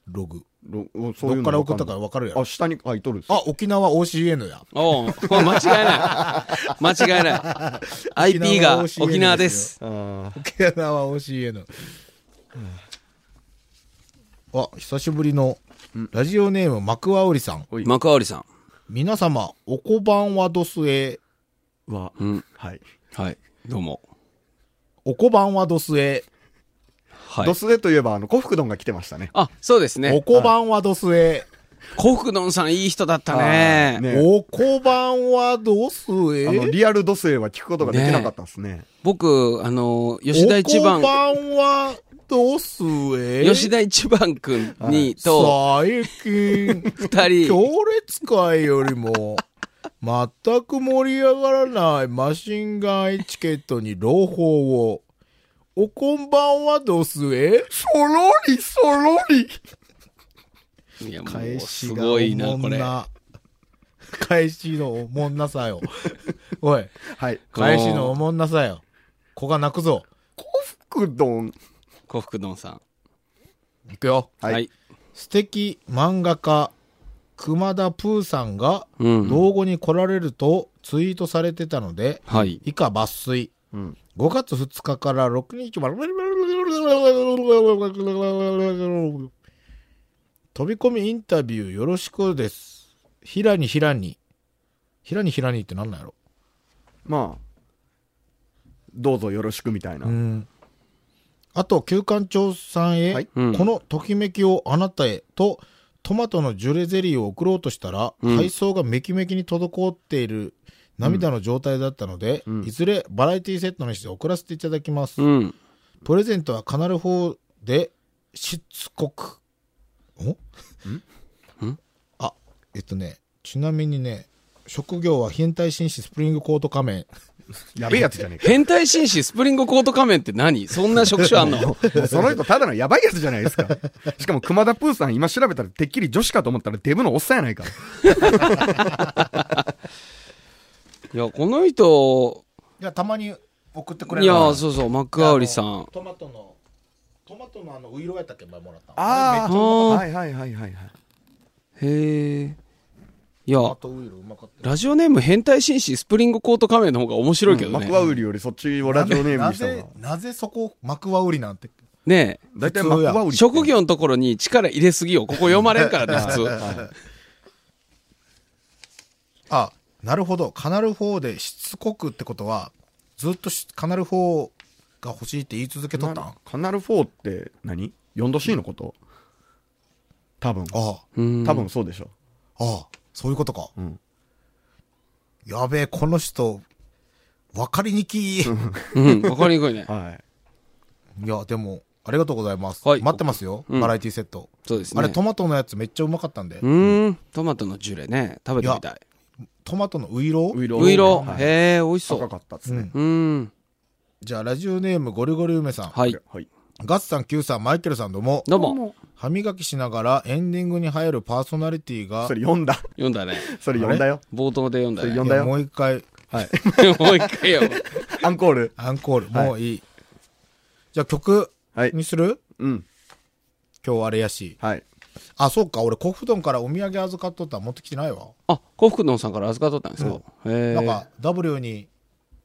[SPEAKER 2] ログ。
[SPEAKER 3] どそうい
[SPEAKER 2] ど
[SPEAKER 3] う
[SPEAKER 2] っ
[SPEAKER 3] の
[SPEAKER 2] から送ったからわかるやろ
[SPEAKER 3] あ、。下に書いとるっす。
[SPEAKER 2] あ、沖縄 OCN や。
[SPEAKER 4] おうこれ間違いない。間違い <laughs> ない。IP が沖縄です。
[SPEAKER 3] あー
[SPEAKER 2] 沖縄 OCN。あ、久しぶりの、ラジオネーム、マクワウリさん。
[SPEAKER 3] おい
[SPEAKER 4] 幕張さん。
[SPEAKER 2] 皆様、おこばんはどすえ。
[SPEAKER 3] は、
[SPEAKER 4] うん。
[SPEAKER 3] はい。
[SPEAKER 4] はい。どうも。
[SPEAKER 2] おこばんはどすえ。
[SPEAKER 4] は
[SPEAKER 3] ド
[SPEAKER 4] い。
[SPEAKER 3] スエといえば、あの、コフクドンが来てましたね。
[SPEAKER 4] あ、そうです
[SPEAKER 2] お
[SPEAKER 4] ね。
[SPEAKER 2] こばんはどすえ。
[SPEAKER 4] コフドンさんいい人だった
[SPEAKER 3] あ
[SPEAKER 4] ね
[SPEAKER 3] ー。ね
[SPEAKER 2] おこばんはどすえ。
[SPEAKER 3] あの、リアルドスエは聞くことができなかったんですね。
[SPEAKER 4] 僕、あの、吉田一
[SPEAKER 2] お
[SPEAKER 4] 番
[SPEAKER 2] こ、ばんはどすえ。
[SPEAKER 4] 吉田一番くんに、と、
[SPEAKER 2] 最
[SPEAKER 4] <laughs>
[SPEAKER 2] 近、
[SPEAKER 4] 二人、
[SPEAKER 2] 強烈会よりも、全く盛り上がらないマシンガンエチケットに朗報を。おこんばんはどすえ
[SPEAKER 3] そろりそろり
[SPEAKER 4] いや、もう、すごいな、これ。
[SPEAKER 2] 返しのおもんなさ
[SPEAKER 4] <laughs>
[SPEAKER 2] よ。おい、
[SPEAKER 3] はい。
[SPEAKER 2] 返しのおもんなさよ。子が泣くぞ。
[SPEAKER 3] コフクドン。
[SPEAKER 4] コフドンさん。
[SPEAKER 2] いくよ。
[SPEAKER 3] はい
[SPEAKER 4] はい。
[SPEAKER 2] 素敵漫画家、熊田プーさんが、
[SPEAKER 4] うん
[SPEAKER 2] 道後に来られるとツイートされてたので、
[SPEAKER 4] はい。
[SPEAKER 2] 以下抜粋。
[SPEAKER 3] うん。
[SPEAKER 2] 5月2日から6日まで飛び込みインタビューよろしくです。ひらにひらに。ひらにひらにってなんなんやろ
[SPEAKER 3] まあ、どうぞよろしくみたいな。
[SPEAKER 2] うん。あと、旧館長さんへ、
[SPEAKER 3] はい
[SPEAKER 4] うん
[SPEAKER 2] このときめきをあなたへと、トマトのジュレゼリーを送ろうとしたら、
[SPEAKER 4] うん
[SPEAKER 2] 配送がめきめきに滞っている涙の状態だったので、いずれバラエティセットにして送らせていただきます。
[SPEAKER 4] うん。
[SPEAKER 2] プレゼントはカナル4でしつこく。お
[SPEAKER 4] ん
[SPEAKER 2] あ、えっとね、ちなみにね、職業は変態紳士スプリングコート仮面。
[SPEAKER 3] やべえやつじゃねえか。
[SPEAKER 4] 変態紳士スプリングコート仮面って何そんな職種あんの
[SPEAKER 3] もうその人ただのやばいやつじゃないですか。しかも熊田プーさん今調べたらてっきり女子かと思ったらデブのおっさんやないか。
[SPEAKER 4] いや、この人、
[SPEAKER 2] いや、たまに送ってくれ
[SPEAKER 4] い
[SPEAKER 2] る
[SPEAKER 4] や、そうそう、マックアウリさ
[SPEAKER 2] あの
[SPEAKER 4] ん。
[SPEAKER 2] トマトの、トマトのあの、ういろうやったっけ前もらったの。
[SPEAKER 3] あ
[SPEAKER 4] あー
[SPEAKER 3] はいはいはいはい。
[SPEAKER 4] へえ。いや、
[SPEAKER 2] トウイルうまかった
[SPEAKER 4] ラジオネーム変態紳士スプリングコート仮面の方が面白いけど
[SPEAKER 3] マ
[SPEAKER 4] ね。
[SPEAKER 3] クワウリよりそっちをラジオネームにした
[SPEAKER 2] な
[SPEAKER 3] の
[SPEAKER 2] ぜ
[SPEAKER 3] が、
[SPEAKER 2] なぜそこ、マクワウリなんて。
[SPEAKER 4] ねえ。
[SPEAKER 3] 大体マクワウリって
[SPEAKER 4] 職業のところに力入れすぎよ。ここ読まれんから
[SPEAKER 3] <laughs>
[SPEAKER 4] ね、普通。
[SPEAKER 2] あ、なるほど。カナル4でしつこくってことは、ずっとしカナル4が欲しいって言い続けとったんあ
[SPEAKER 3] カナル4って何 ?4 度 C のこと多分。
[SPEAKER 2] あ、
[SPEAKER 4] うん
[SPEAKER 3] 多分そうでしょ。
[SPEAKER 2] ああ、そういうことか。
[SPEAKER 3] ん
[SPEAKER 2] やべえ、この人、わかりに
[SPEAKER 3] <laughs>
[SPEAKER 2] きい。い
[SPEAKER 4] うん、わかりにくいね。
[SPEAKER 3] はい。
[SPEAKER 2] や、でも、ありがとうございます。
[SPEAKER 4] はい
[SPEAKER 2] 待ってますよ、
[SPEAKER 4] うん
[SPEAKER 2] バラエティセット。
[SPEAKER 4] そうですね。
[SPEAKER 2] あれ、トマトのやつめっちゃうまかったんで
[SPEAKER 4] う、ーん、トマトのジュレね。食べてみたい。
[SPEAKER 2] トマトのウイロー
[SPEAKER 3] ウイロ
[SPEAKER 4] ウイロ、
[SPEAKER 3] はい
[SPEAKER 4] へえ、美味しそう。
[SPEAKER 3] 高
[SPEAKER 4] う
[SPEAKER 3] かったですね。
[SPEAKER 4] ーん。
[SPEAKER 2] じゃあ、ラジオネームゴリゴリ梅さん。
[SPEAKER 4] はい。
[SPEAKER 3] はい。
[SPEAKER 2] ガッツさん、キューさん、マイケルさんどうも。
[SPEAKER 4] どうも。
[SPEAKER 2] 歯磨きしながらエンディングに入るパーソナリティが
[SPEAKER 3] そ、れ読んだ。
[SPEAKER 4] 読んだね。
[SPEAKER 3] それ読んだよ。
[SPEAKER 4] 冒頭で読んだ
[SPEAKER 3] それ
[SPEAKER 4] ね
[SPEAKER 3] 読。んだ
[SPEAKER 2] いやも
[SPEAKER 3] よ。
[SPEAKER 2] う一回、
[SPEAKER 4] <laughs> もう一回よ。
[SPEAKER 3] アンコール。
[SPEAKER 2] アンコール、もういい。じゃあ、曲
[SPEAKER 3] はい。
[SPEAKER 2] にする
[SPEAKER 3] うん。
[SPEAKER 2] 今日あれやし。
[SPEAKER 3] はい。
[SPEAKER 2] あ、そうか、俺、コフドンからお土産預かっとったら持ってきてないわ。
[SPEAKER 4] あ、幸福のさんから預かっとったんですか。へえ。
[SPEAKER 2] なんか W に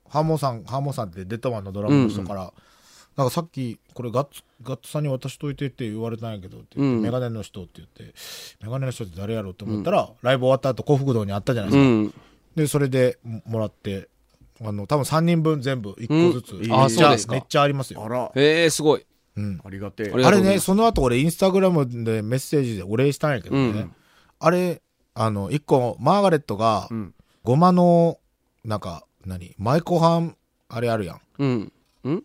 [SPEAKER 2] ハーモンさんハーモンさんってデッドマンのドラムの人から、なんかさっきこれガッツガッツさんに渡しといてって言われたんやけどって言って、
[SPEAKER 4] うん
[SPEAKER 2] メガネの人って言ってメガネの人って誰やろうと思ったら、ライブ終わった後幸福堂にあったじゃないで
[SPEAKER 4] う
[SPEAKER 2] すか、
[SPEAKER 4] ん。
[SPEAKER 2] でそれでももらってあの多分3人分全部1個ずつ、
[SPEAKER 4] うん
[SPEAKER 2] めっ
[SPEAKER 4] あ
[SPEAKER 2] ち
[SPEAKER 4] そう
[SPEAKER 2] ゃ
[SPEAKER 4] ですか
[SPEAKER 2] めっちゃあります
[SPEAKER 3] あ
[SPEAKER 2] よ
[SPEAKER 3] ら、
[SPEAKER 4] へえ、すごい。
[SPEAKER 2] うん
[SPEAKER 3] ありがてえ
[SPEAKER 4] あ。りが
[SPEAKER 2] あ
[SPEAKER 4] とう
[SPEAKER 2] れ
[SPEAKER 4] ござい
[SPEAKER 2] ね、
[SPEAKER 4] ます
[SPEAKER 2] その後俺インスタグラムでメッセージでお礼したんやけどね。
[SPEAKER 4] うん
[SPEAKER 2] あれ、あの、一個、マーガレットが、
[SPEAKER 3] うん
[SPEAKER 2] ごまの、なんか、何舞妓はん、あれあるやん。
[SPEAKER 4] うん。うん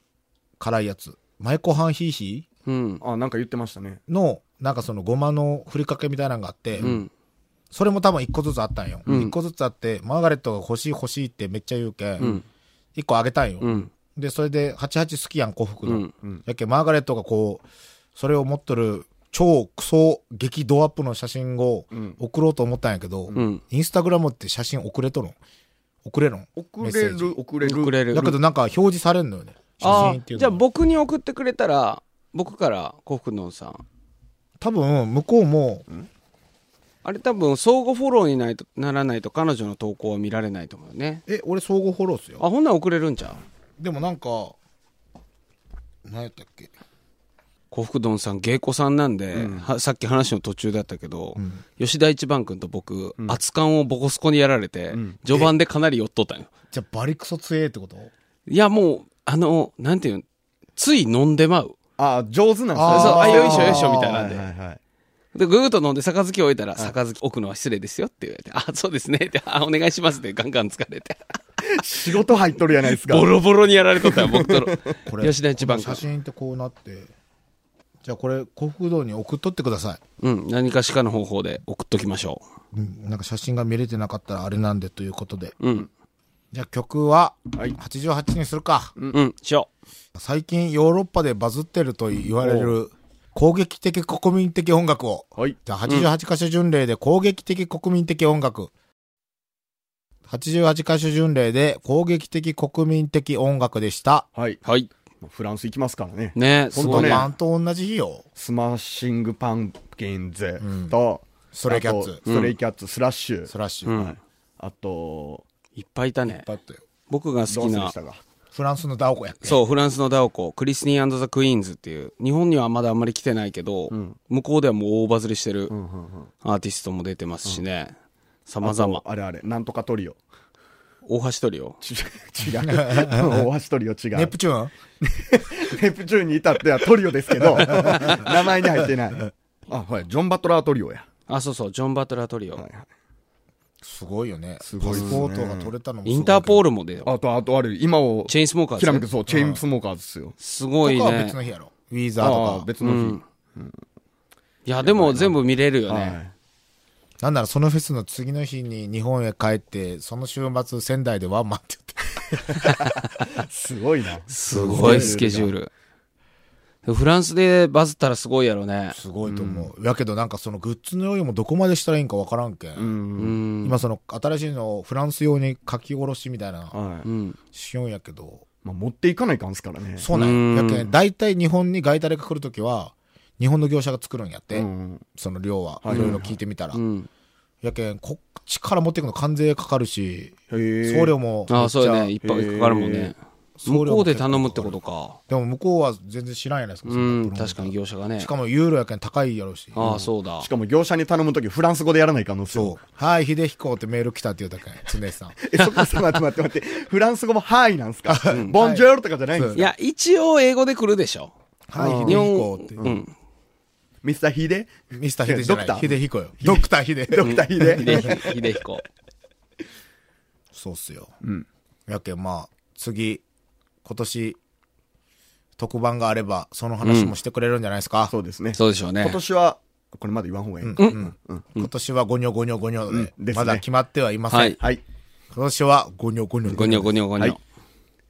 [SPEAKER 2] 辛いやつ。舞妓はんヒーヒ
[SPEAKER 4] うん。
[SPEAKER 3] あ、なんか言ってましたね。
[SPEAKER 2] ーの、なんかそのごまのふりかけみたいなのがあって、
[SPEAKER 4] うん。
[SPEAKER 2] それも多分一個ずつあったんよ。一、
[SPEAKER 4] うん
[SPEAKER 2] 個ずつあって、マーガレットが欲しい欲しいってめっちゃ言うけ
[SPEAKER 4] うんん、
[SPEAKER 2] 一、個あげたんよ。
[SPEAKER 4] うん。
[SPEAKER 2] で、それで、88好きやん、幸福
[SPEAKER 4] う
[SPEAKER 2] の。
[SPEAKER 4] ん。
[SPEAKER 2] やっけマーガレットがこう、それを持っとる超クソ激ドアップの写真を
[SPEAKER 3] ん
[SPEAKER 2] 送ろうと思ったんやけど、
[SPEAKER 4] ん
[SPEAKER 2] インスタグラムって写真送れとるん送れるん
[SPEAKER 3] 遅
[SPEAKER 2] メッ
[SPEAKER 3] れ
[SPEAKER 2] セージ
[SPEAKER 3] る、遅れる。
[SPEAKER 4] くれる。
[SPEAKER 2] だけどなんか表示されんのよね。写
[SPEAKER 4] あ
[SPEAKER 2] 真っていうのが
[SPEAKER 4] じゃあ僕に送ってくれたら、僕から幸福のさん。
[SPEAKER 2] 多分向こうも、
[SPEAKER 4] あれ多分相互フォローにないとならないと彼女の投稿は見られないと思うよね。
[SPEAKER 2] え、俺相互フォローっすよ。
[SPEAKER 4] あ、ほんなら送れるんちゃう
[SPEAKER 2] でもなんか、何やったっけ
[SPEAKER 4] 幸福丼さん芸妓さんなんで、はさっき話の途中だったけど、吉田一番君と僕、熱燗をボコスコにやられて、序盤でかなり酔っとったんよ
[SPEAKER 2] じゃあバリクソ強えってこと
[SPEAKER 4] いやもうあのなんていうんつい飲んでまう
[SPEAKER 3] あ、上手なんですね。
[SPEAKER 2] あー
[SPEAKER 4] そうあ
[SPEAKER 2] ー
[SPEAKER 4] よいしょよいしょみたいなんで、
[SPEAKER 3] はいはいはい。
[SPEAKER 4] でぐーっと飲んで杯を置いたら杯置くのは失礼ですよって言われて、あそうですねってあお願いしますってガンガン疲れて
[SPEAKER 3] 仕事入っとるやないですか。
[SPEAKER 4] <laughs> ボロボロにやられとったよ <laughs> 僕との
[SPEAKER 2] これ、
[SPEAKER 4] 吉田一番
[SPEAKER 2] この
[SPEAKER 4] 君
[SPEAKER 2] 写真ってこうなって、じゃあこれ、幸福堂に送っとってください。
[SPEAKER 4] うん何かしかの方法で送っときましょ
[SPEAKER 2] うん、なんか写真が見れてなかったらあれなんでということで。
[SPEAKER 4] ううん
[SPEAKER 2] じゃあ曲は、
[SPEAKER 3] はい
[SPEAKER 2] 88にするか。
[SPEAKER 4] うん、しよ
[SPEAKER 2] 最近ヨーロッパでバズってると言われる攻撃的国民的音楽を。
[SPEAKER 3] はい。
[SPEAKER 2] じゃあ88歌手巡礼で攻撃的国民的音楽。88歌手巡礼で攻撃的国民的音楽でした。
[SPEAKER 3] はい。
[SPEAKER 4] うはい
[SPEAKER 3] フランス行きますからね。
[SPEAKER 4] ねす
[SPEAKER 3] ほん
[SPEAKER 4] ご
[SPEAKER 3] と
[SPEAKER 4] い
[SPEAKER 3] ね
[SPEAKER 4] ね
[SPEAKER 2] パンと同じ日よ。
[SPEAKER 3] スマッシングパンキンズと、
[SPEAKER 2] ストレイキャッツ
[SPEAKER 3] あとストレイキャッツ、スラッシュ
[SPEAKER 2] ス。ラッシュ。
[SPEAKER 4] う
[SPEAKER 2] いっ
[SPEAKER 4] ん
[SPEAKER 3] はいあと、
[SPEAKER 4] いっぱいいたね
[SPEAKER 2] ぱいあったよ
[SPEAKER 4] 僕が好
[SPEAKER 3] ど
[SPEAKER 4] き
[SPEAKER 3] うで
[SPEAKER 4] な
[SPEAKER 3] したか
[SPEAKER 2] フランスのダオコやっけ
[SPEAKER 4] そうフランスのダオコクリスティーンザ・クイーンズっていう日本にはまだあんまり来てないけど、向こうではもう大バズりしてるアーティストも出てますしね、様々
[SPEAKER 3] あとあれあれ、なんとかトリオ。
[SPEAKER 4] 大橋トリオ
[SPEAKER 3] ち違
[SPEAKER 4] <laughs>
[SPEAKER 3] う。大橋トリオ違う。
[SPEAKER 2] ネプチューン
[SPEAKER 3] ネプチューンに至ってはトリオですけ
[SPEAKER 4] <laughs>
[SPEAKER 3] ど、名前に入ってない。あ、はい、ジョン・バトラートリオや。
[SPEAKER 4] あそうそうジョン・バトラートリオ、
[SPEAKER 3] はいはい
[SPEAKER 2] すごいよね。
[SPEAKER 3] す
[SPEAKER 2] パ
[SPEAKER 3] ごいっす
[SPEAKER 2] ス
[SPEAKER 3] ね
[SPEAKER 2] ポートが取れたのもすごいけど
[SPEAKER 4] インターポールも出よ
[SPEAKER 3] あと、あとあれ、今を、
[SPEAKER 4] チェーンスモーカーズ
[SPEAKER 3] きらめく、そう、チェーンスモーカーズですよ。
[SPEAKER 4] すごい
[SPEAKER 2] とかは
[SPEAKER 4] ね
[SPEAKER 2] 別の日やろ。ウィーザー
[SPEAKER 3] あ
[SPEAKER 2] と
[SPEAKER 3] あ、
[SPEAKER 2] か。
[SPEAKER 3] 別の日。
[SPEAKER 4] いやでも全部見れるよね、
[SPEAKER 3] はい
[SPEAKER 2] なんならそのフェスの次の日に日本へ帰って、その週末仙台でワンマンって
[SPEAKER 3] すごいな。
[SPEAKER 4] すごいスケジュールフランスでバズったらすごいやろね
[SPEAKER 2] すごいと思う。やけどなんかそのグッズの用意もどこまでしたらいいんかわからんけん。
[SPEAKER 4] うん
[SPEAKER 2] 今その新しいのをフランス用に書き下ろしみたいな
[SPEAKER 3] はい。
[SPEAKER 4] うん
[SPEAKER 2] しようんやけど、
[SPEAKER 3] まあ、持っていかないかんすからね。
[SPEAKER 2] そうなんや。
[SPEAKER 4] うん
[SPEAKER 2] やけん、大体日本に外タレが来るときは、日本の業者が作るんやって、
[SPEAKER 3] うん
[SPEAKER 2] その量は。
[SPEAKER 3] はい
[SPEAKER 2] いろいろ聞いてみたら。
[SPEAKER 4] うん
[SPEAKER 2] やけん、こっちから持っていくの関税かかるし、
[SPEAKER 3] へえ
[SPEAKER 2] 送料もめっちゃ。
[SPEAKER 4] ああ、そうやね。一泊かかるもんね。
[SPEAKER 2] 送
[SPEAKER 4] 向
[SPEAKER 2] 料
[SPEAKER 4] こうで
[SPEAKER 2] 結構
[SPEAKER 4] 頼むってことか。
[SPEAKER 2] でも向こうは全然知らんやないですか。
[SPEAKER 4] う
[SPEAKER 2] そなプ
[SPEAKER 4] ん、
[SPEAKER 2] ロモーション
[SPEAKER 4] 確かに業者がね
[SPEAKER 2] し。かもユーロやけん高いやろうし。
[SPEAKER 4] ああ、そうだ
[SPEAKER 3] し。かも業者に頼むときフランス語でやらないかんの
[SPEAKER 2] そう。はい、秀彦ってメール来たって言うたけん、常さん。
[SPEAKER 3] え、そこ、ちょっと待って待って待って。フランス語もはいなんすかボンジュールとかじゃないんです
[SPEAKER 4] い
[SPEAKER 3] か
[SPEAKER 4] や、一応英語で来るでしょ。
[SPEAKER 2] はい、秀
[SPEAKER 4] 日
[SPEAKER 2] 彦
[SPEAKER 4] 本
[SPEAKER 2] って。
[SPEAKER 4] うん。
[SPEAKER 3] ミスターヒデ
[SPEAKER 2] ミスター秀じゃない。
[SPEAKER 3] ドクター
[SPEAKER 2] 秀彦よ。ドクター秀。
[SPEAKER 3] ドクターヒデ
[SPEAKER 4] 秀彦秀彦。
[SPEAKER 2] <laughs> そうっすよ。やけん、まあ、次、今年、特番があれば、その話もしてくれるんじゃないですか。
[SPEAKER 3] そうですね。
[SPEAKER 4] そうでしょうね
[SPEAKER 3] 今。年は、これまだ言わん方がいい。
[SPEAKER 2] うん今年はゴニョゴニョゴニョ
[SPEAKER 3] うんで
[SPEAKER 2] で、
[SPEAKER 3] すね
[SPEAKER 2] まだ決まってはいません。
[SPEAKER 4] はい。
[SPEAKER 3] はい。
[SPEAKER 2] 今年はゴニョゴニョ
[SPEAKER 4] ごにょごにょごに
[SPEAKER 3] は
[SPEAKER 4] ょ。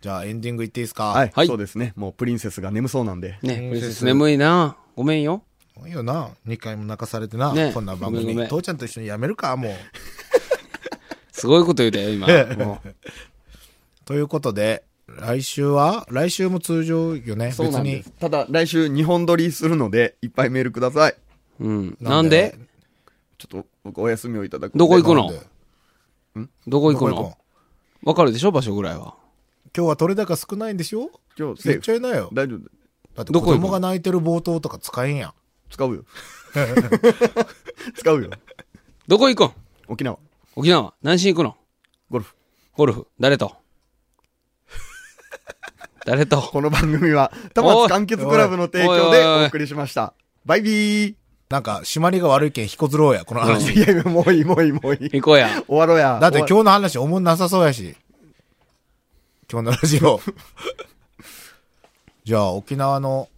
[SPEAKER 2] じゃあエンディングいっていいですか
[SPEAKER 3] はい。
[SPEAKER 4] はい
[SPEAKER 3] そうですね。もうプリンセスが眠そうなんで。
[SPEAKER 4] ね、プリンセス眠いな。ごめんよ。
[SPEAKER 2] いいよな。2回も泣かされてな。
[SPEAKER 4] ね
[SPEAKER 2] こんな番
[SPEAKER 4] ごめんごめ
[SPEAKER 2] 組。
[SPEAKER 4] ん
[SPEAKER 2] 父ちゃんと一緒にやめるか、もう。
[SPEAKER 4] すごいこと言うだよ、今。もう
[SPEAKER 2] ということで、来週は来週も通常よね。別
[SPEAKER 3] そうなんで
[SPEAKER 2] に
[SPEAKER 3] す。。ただ、来週2本撮りするので、いっぱいメールください。
[SPEAKER 4] うん。
[SPEAKER 2] な
[SPEAKER 4] なんん
[SPEAKER 2] で
[SPEAKER 4] で
[SPEAKER 3] ちょっと、僕お休みをいただくんで。
[SPEAKER 4] どこ行く
[SPEAKER 2] なん
[SPEAKER 4] の
[SPEAKER 2] で
[SPEAKER 4] どこ行
[SPEAKER 2] ど
[SPEAKER 4] く
[SPEAKER 2] こ行
[SPEAKER 4] のわかるでしょ場所ぐらいは。
[SPEAKER 2] 今日は取れ高少ないんでしょ
[SPEAKER 3] 今日、セ
[SPEAKER 2] 言っ
[SPEAKER 3] ー
[SPEAKER 2] ち
[SPEAKER 3] フ。
[SPEAKER 2] ゃいなよ。
[SPEAKER 3] 大丈夫。
[SPEAKER 2] だって
[SPEAKER 4] ど
[SPEAKER 2] 子
[SPEAKER 4] こ行くの
[SPEAKER 2] 供が泣いてる冒頭とか使えんやん。
[SPEAKER 3] 使うよ。 <laughs> 使うよ。
[SPEAKER 4] どこ行くん
[SPEAKER 3] 沖縄。
[SPEAKER 4] 沖縄。何しに行くの
[SPEAKER 3] ゴルフ。
[SPEAKER 4] ゴルフ。誰と <laughs> 誰と
[SPEAKER 3] この番組は、玉津完結クラブの提供でお送りしました。バイビー
[SPEAKER 2] なんか、締まりが悪いけん、引こずろうや、この話。
[SPEAKER 3] いやいや、もういい、もういい、もういい。
[SPEAKER 4] 行こうや。
[SPEAKER 3] 終わろうや。
[SPEAKER 2] だって
[SPEAKER 3] 終わ
[SPEAKER 2] 今日の話、おもんなさそうやし。今日のラジオ。 <laughs> じゃあ、沖縄の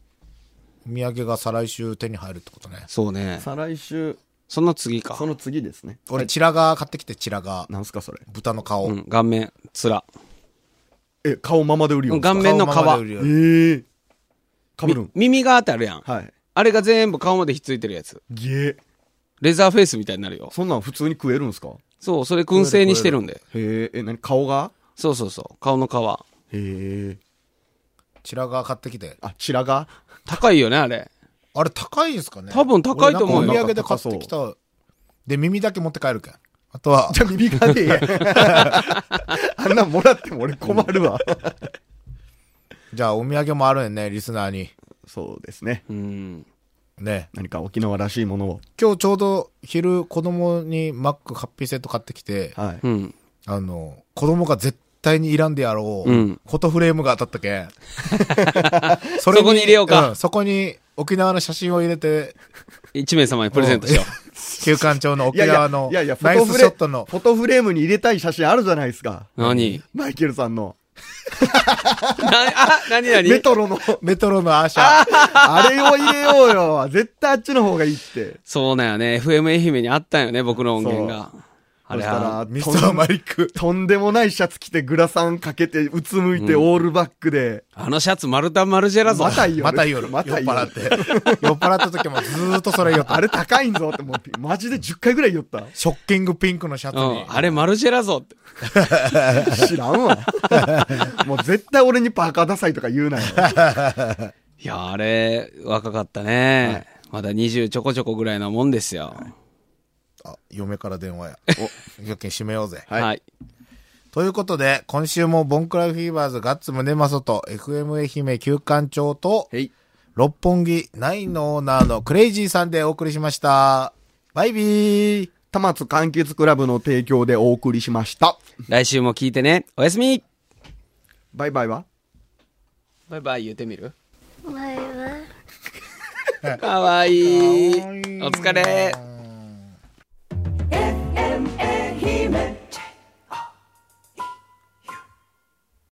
[SPEAKER 2] お土産が再来週手に入るってことね。
[SPEAKER 4] そうね。
[SPEAKER 3] 再来週、
[SPEAKER 4] その次か
[SPEAKER 3] そ。の次ですね。
[SPEAKER 2] 俺、チラガー買ってきて、チラガー。
[SPEAKER 3] なんすか、それ。
[SPEAKER 2] 豚の顔。
[SPEAKER 4] うん。顔面、面。
[SPEAKER 3] え、顔ままで売りよ。
[SPEAKER 4] 顔面の皮。
[SPEAKER 2] 顔ままで売るよ
[SPEAKER 3] ええ。かぶるん
[SPEAKER 4] み。耳側ってあるやん。
[SPEAKER 3] はい。
[SPEAKER 4] あれが全部顔までひっついてるやつ。
[SPEAKER 3] げえ。
[SPEAKER 4] レザーフェイスみたいになるよ。
[SPEAKER 3] そんなん普通に食えるんすか
[SPEAKER 4] そう、それ燻製にしてるんで。
[SPEAKER 3] へえ、え、何顔が
[SPEAKER 4] そうそうそう。顔の皮。
[SPEAKER 3] へえ。
[SPEAKER 2] チラガー買ってきて。
[SPEAKER 3] あ、チラが
[SPEAKER 4] 高いよね、あれ。
[SPEAKER 2] あれ高いんすかね
[SPEAKER 4] 多分高いと思う
[SPEAKER 2] 俺
[SPEAKER 4] よ
[SPEAKER 2] なんかお土産で買ってきた。で、耳だけ持って帰るけん。あと
[SPEAKER 4] <laughs>
[SPEAKER 2] は
[SPEAKER 3] じ、ゃあ耳がね <laughs> えや。あんなんもらっても俺困るわ。
[SPEAKER 2] じゃあお土産もあるんね、リスナーに。
[SPEAKER 3] そうですね。
[SPEAKER 4] うん。
[SPEAKER 2] ね。
[SPEAKER 3] 何か沖縄らしいものを。
[SPEAKER 2] 今日ちょうど昼子供にマックハッピーセット買ってきて、
[SPEAKER 3] はい。
[SPEAKER 4] うん。
[SPEAKER 2] あの、子供が絶対にいらんでやろう、
[SPEAKER 4] うん
[SPEAKER 2] ことフレームが当たった
[SPEAKER 4] <laughs>
[SPEAKER 2] けん。そ
[SPEAKER 4] そこに入れようか
[SPEAKER 2] んそこに沖縄の写真を入れて、
[SPEAKER 4] 一名様にプレゼントしよ
[SPEAKER 2] 旧館長の沖縄の
[SPEAKER 3] いやいや、フ
[SPEAKER 2] ナ
[SPEAKER 3] ォ
[SPEAKER 2] イ
[SPEAKER 3] ト
[SPEAKER 2] ス
[SPEAKER 3] フ
[SPEAKER 2] シ
[SPEAKER 3] レ
[SPEAKER 2] ョットの、
[SPEAKER 3] フォトフレームに入れたい写真あるじゃないですか。
[SPEAKER 4] う。何
[SPEAKER 3] マイケルさんの。
[SPEAKER 4] <laughs> な、あ、何何
[SPEAKER 3] メト
[SPEAKER 4] <laughs>
[SPEAKER 3] ロの。
[SPEAKER 2] メトロのアーシャ
[SPEAKER 3] あれを入れようよ。絶対あっちの方がいいって。
[SPEAKER 4] そうなんよね。FM 愛媛にあったんよね、僕の音源が。あれ
[SPEAKER 3] そしたら
[SPEAKER 4] は。
[SPEAKER 2] ミスターマリック。
[SPEAKER 3] とんでもないシャツ着てグラサンかけて、うつむいて、オールバックで。
[SPEAKER 4] あのシャツ丸太丸ジェラぞ
[SPEAKER 3] ま。た夜。
[SPEAKER 2] また夜、
[SPEAKER 3] また
[SPEAKER 2] 酔っ払って。酔っ払った時もずーっとそれ言おった。
[SPEAKER 3] あれ高いんぞって、もう、マジで10回ぐらい
[SPEAKER 2] <laughs>
[SPEAKER 3] 言った。
[SPEAKER 2] ショッキングピンクのシャツ
[SPEAKER 4] う
[SPEAKER 2] に
[SPEAKER 4] ん。。あれ丸ジェラぞって。
[SPEAKER 3] 知らんわ。もう絶対俺にパーカーダサいとか言うなよ。
[SPEAKER 4] いや、あれ、若かったね。まだ20ちょこちょこぐらいなもんですよ。
[SPEAKER 2] あ、嫁から電話や。お、よけん締めようぜ。
[SPEAKER 3] はい
[SPEAKER 4] はい。
[SPEAKER 2] ということで、今週もボンクラフィーバーズガッツムネマソと FM 愛媛旧館長と、
[SPEAKER 3] い。
[SPEAKER 2] 六本木ナインのオーナーのクレイジーさんでお送りしました。バイビー
[SPEAKER 3] たまつ完結クラブの提供でお送りしました。
[SPEAKER 4] 来週も聞いてね。おやすみ
[SPEAKER 3] バイバイは
[SPEAKER 4] バイバイ言うてみる
[SPEAKER 5] バイバイ。
[SPEAKER 4] かわいい。お疲れ。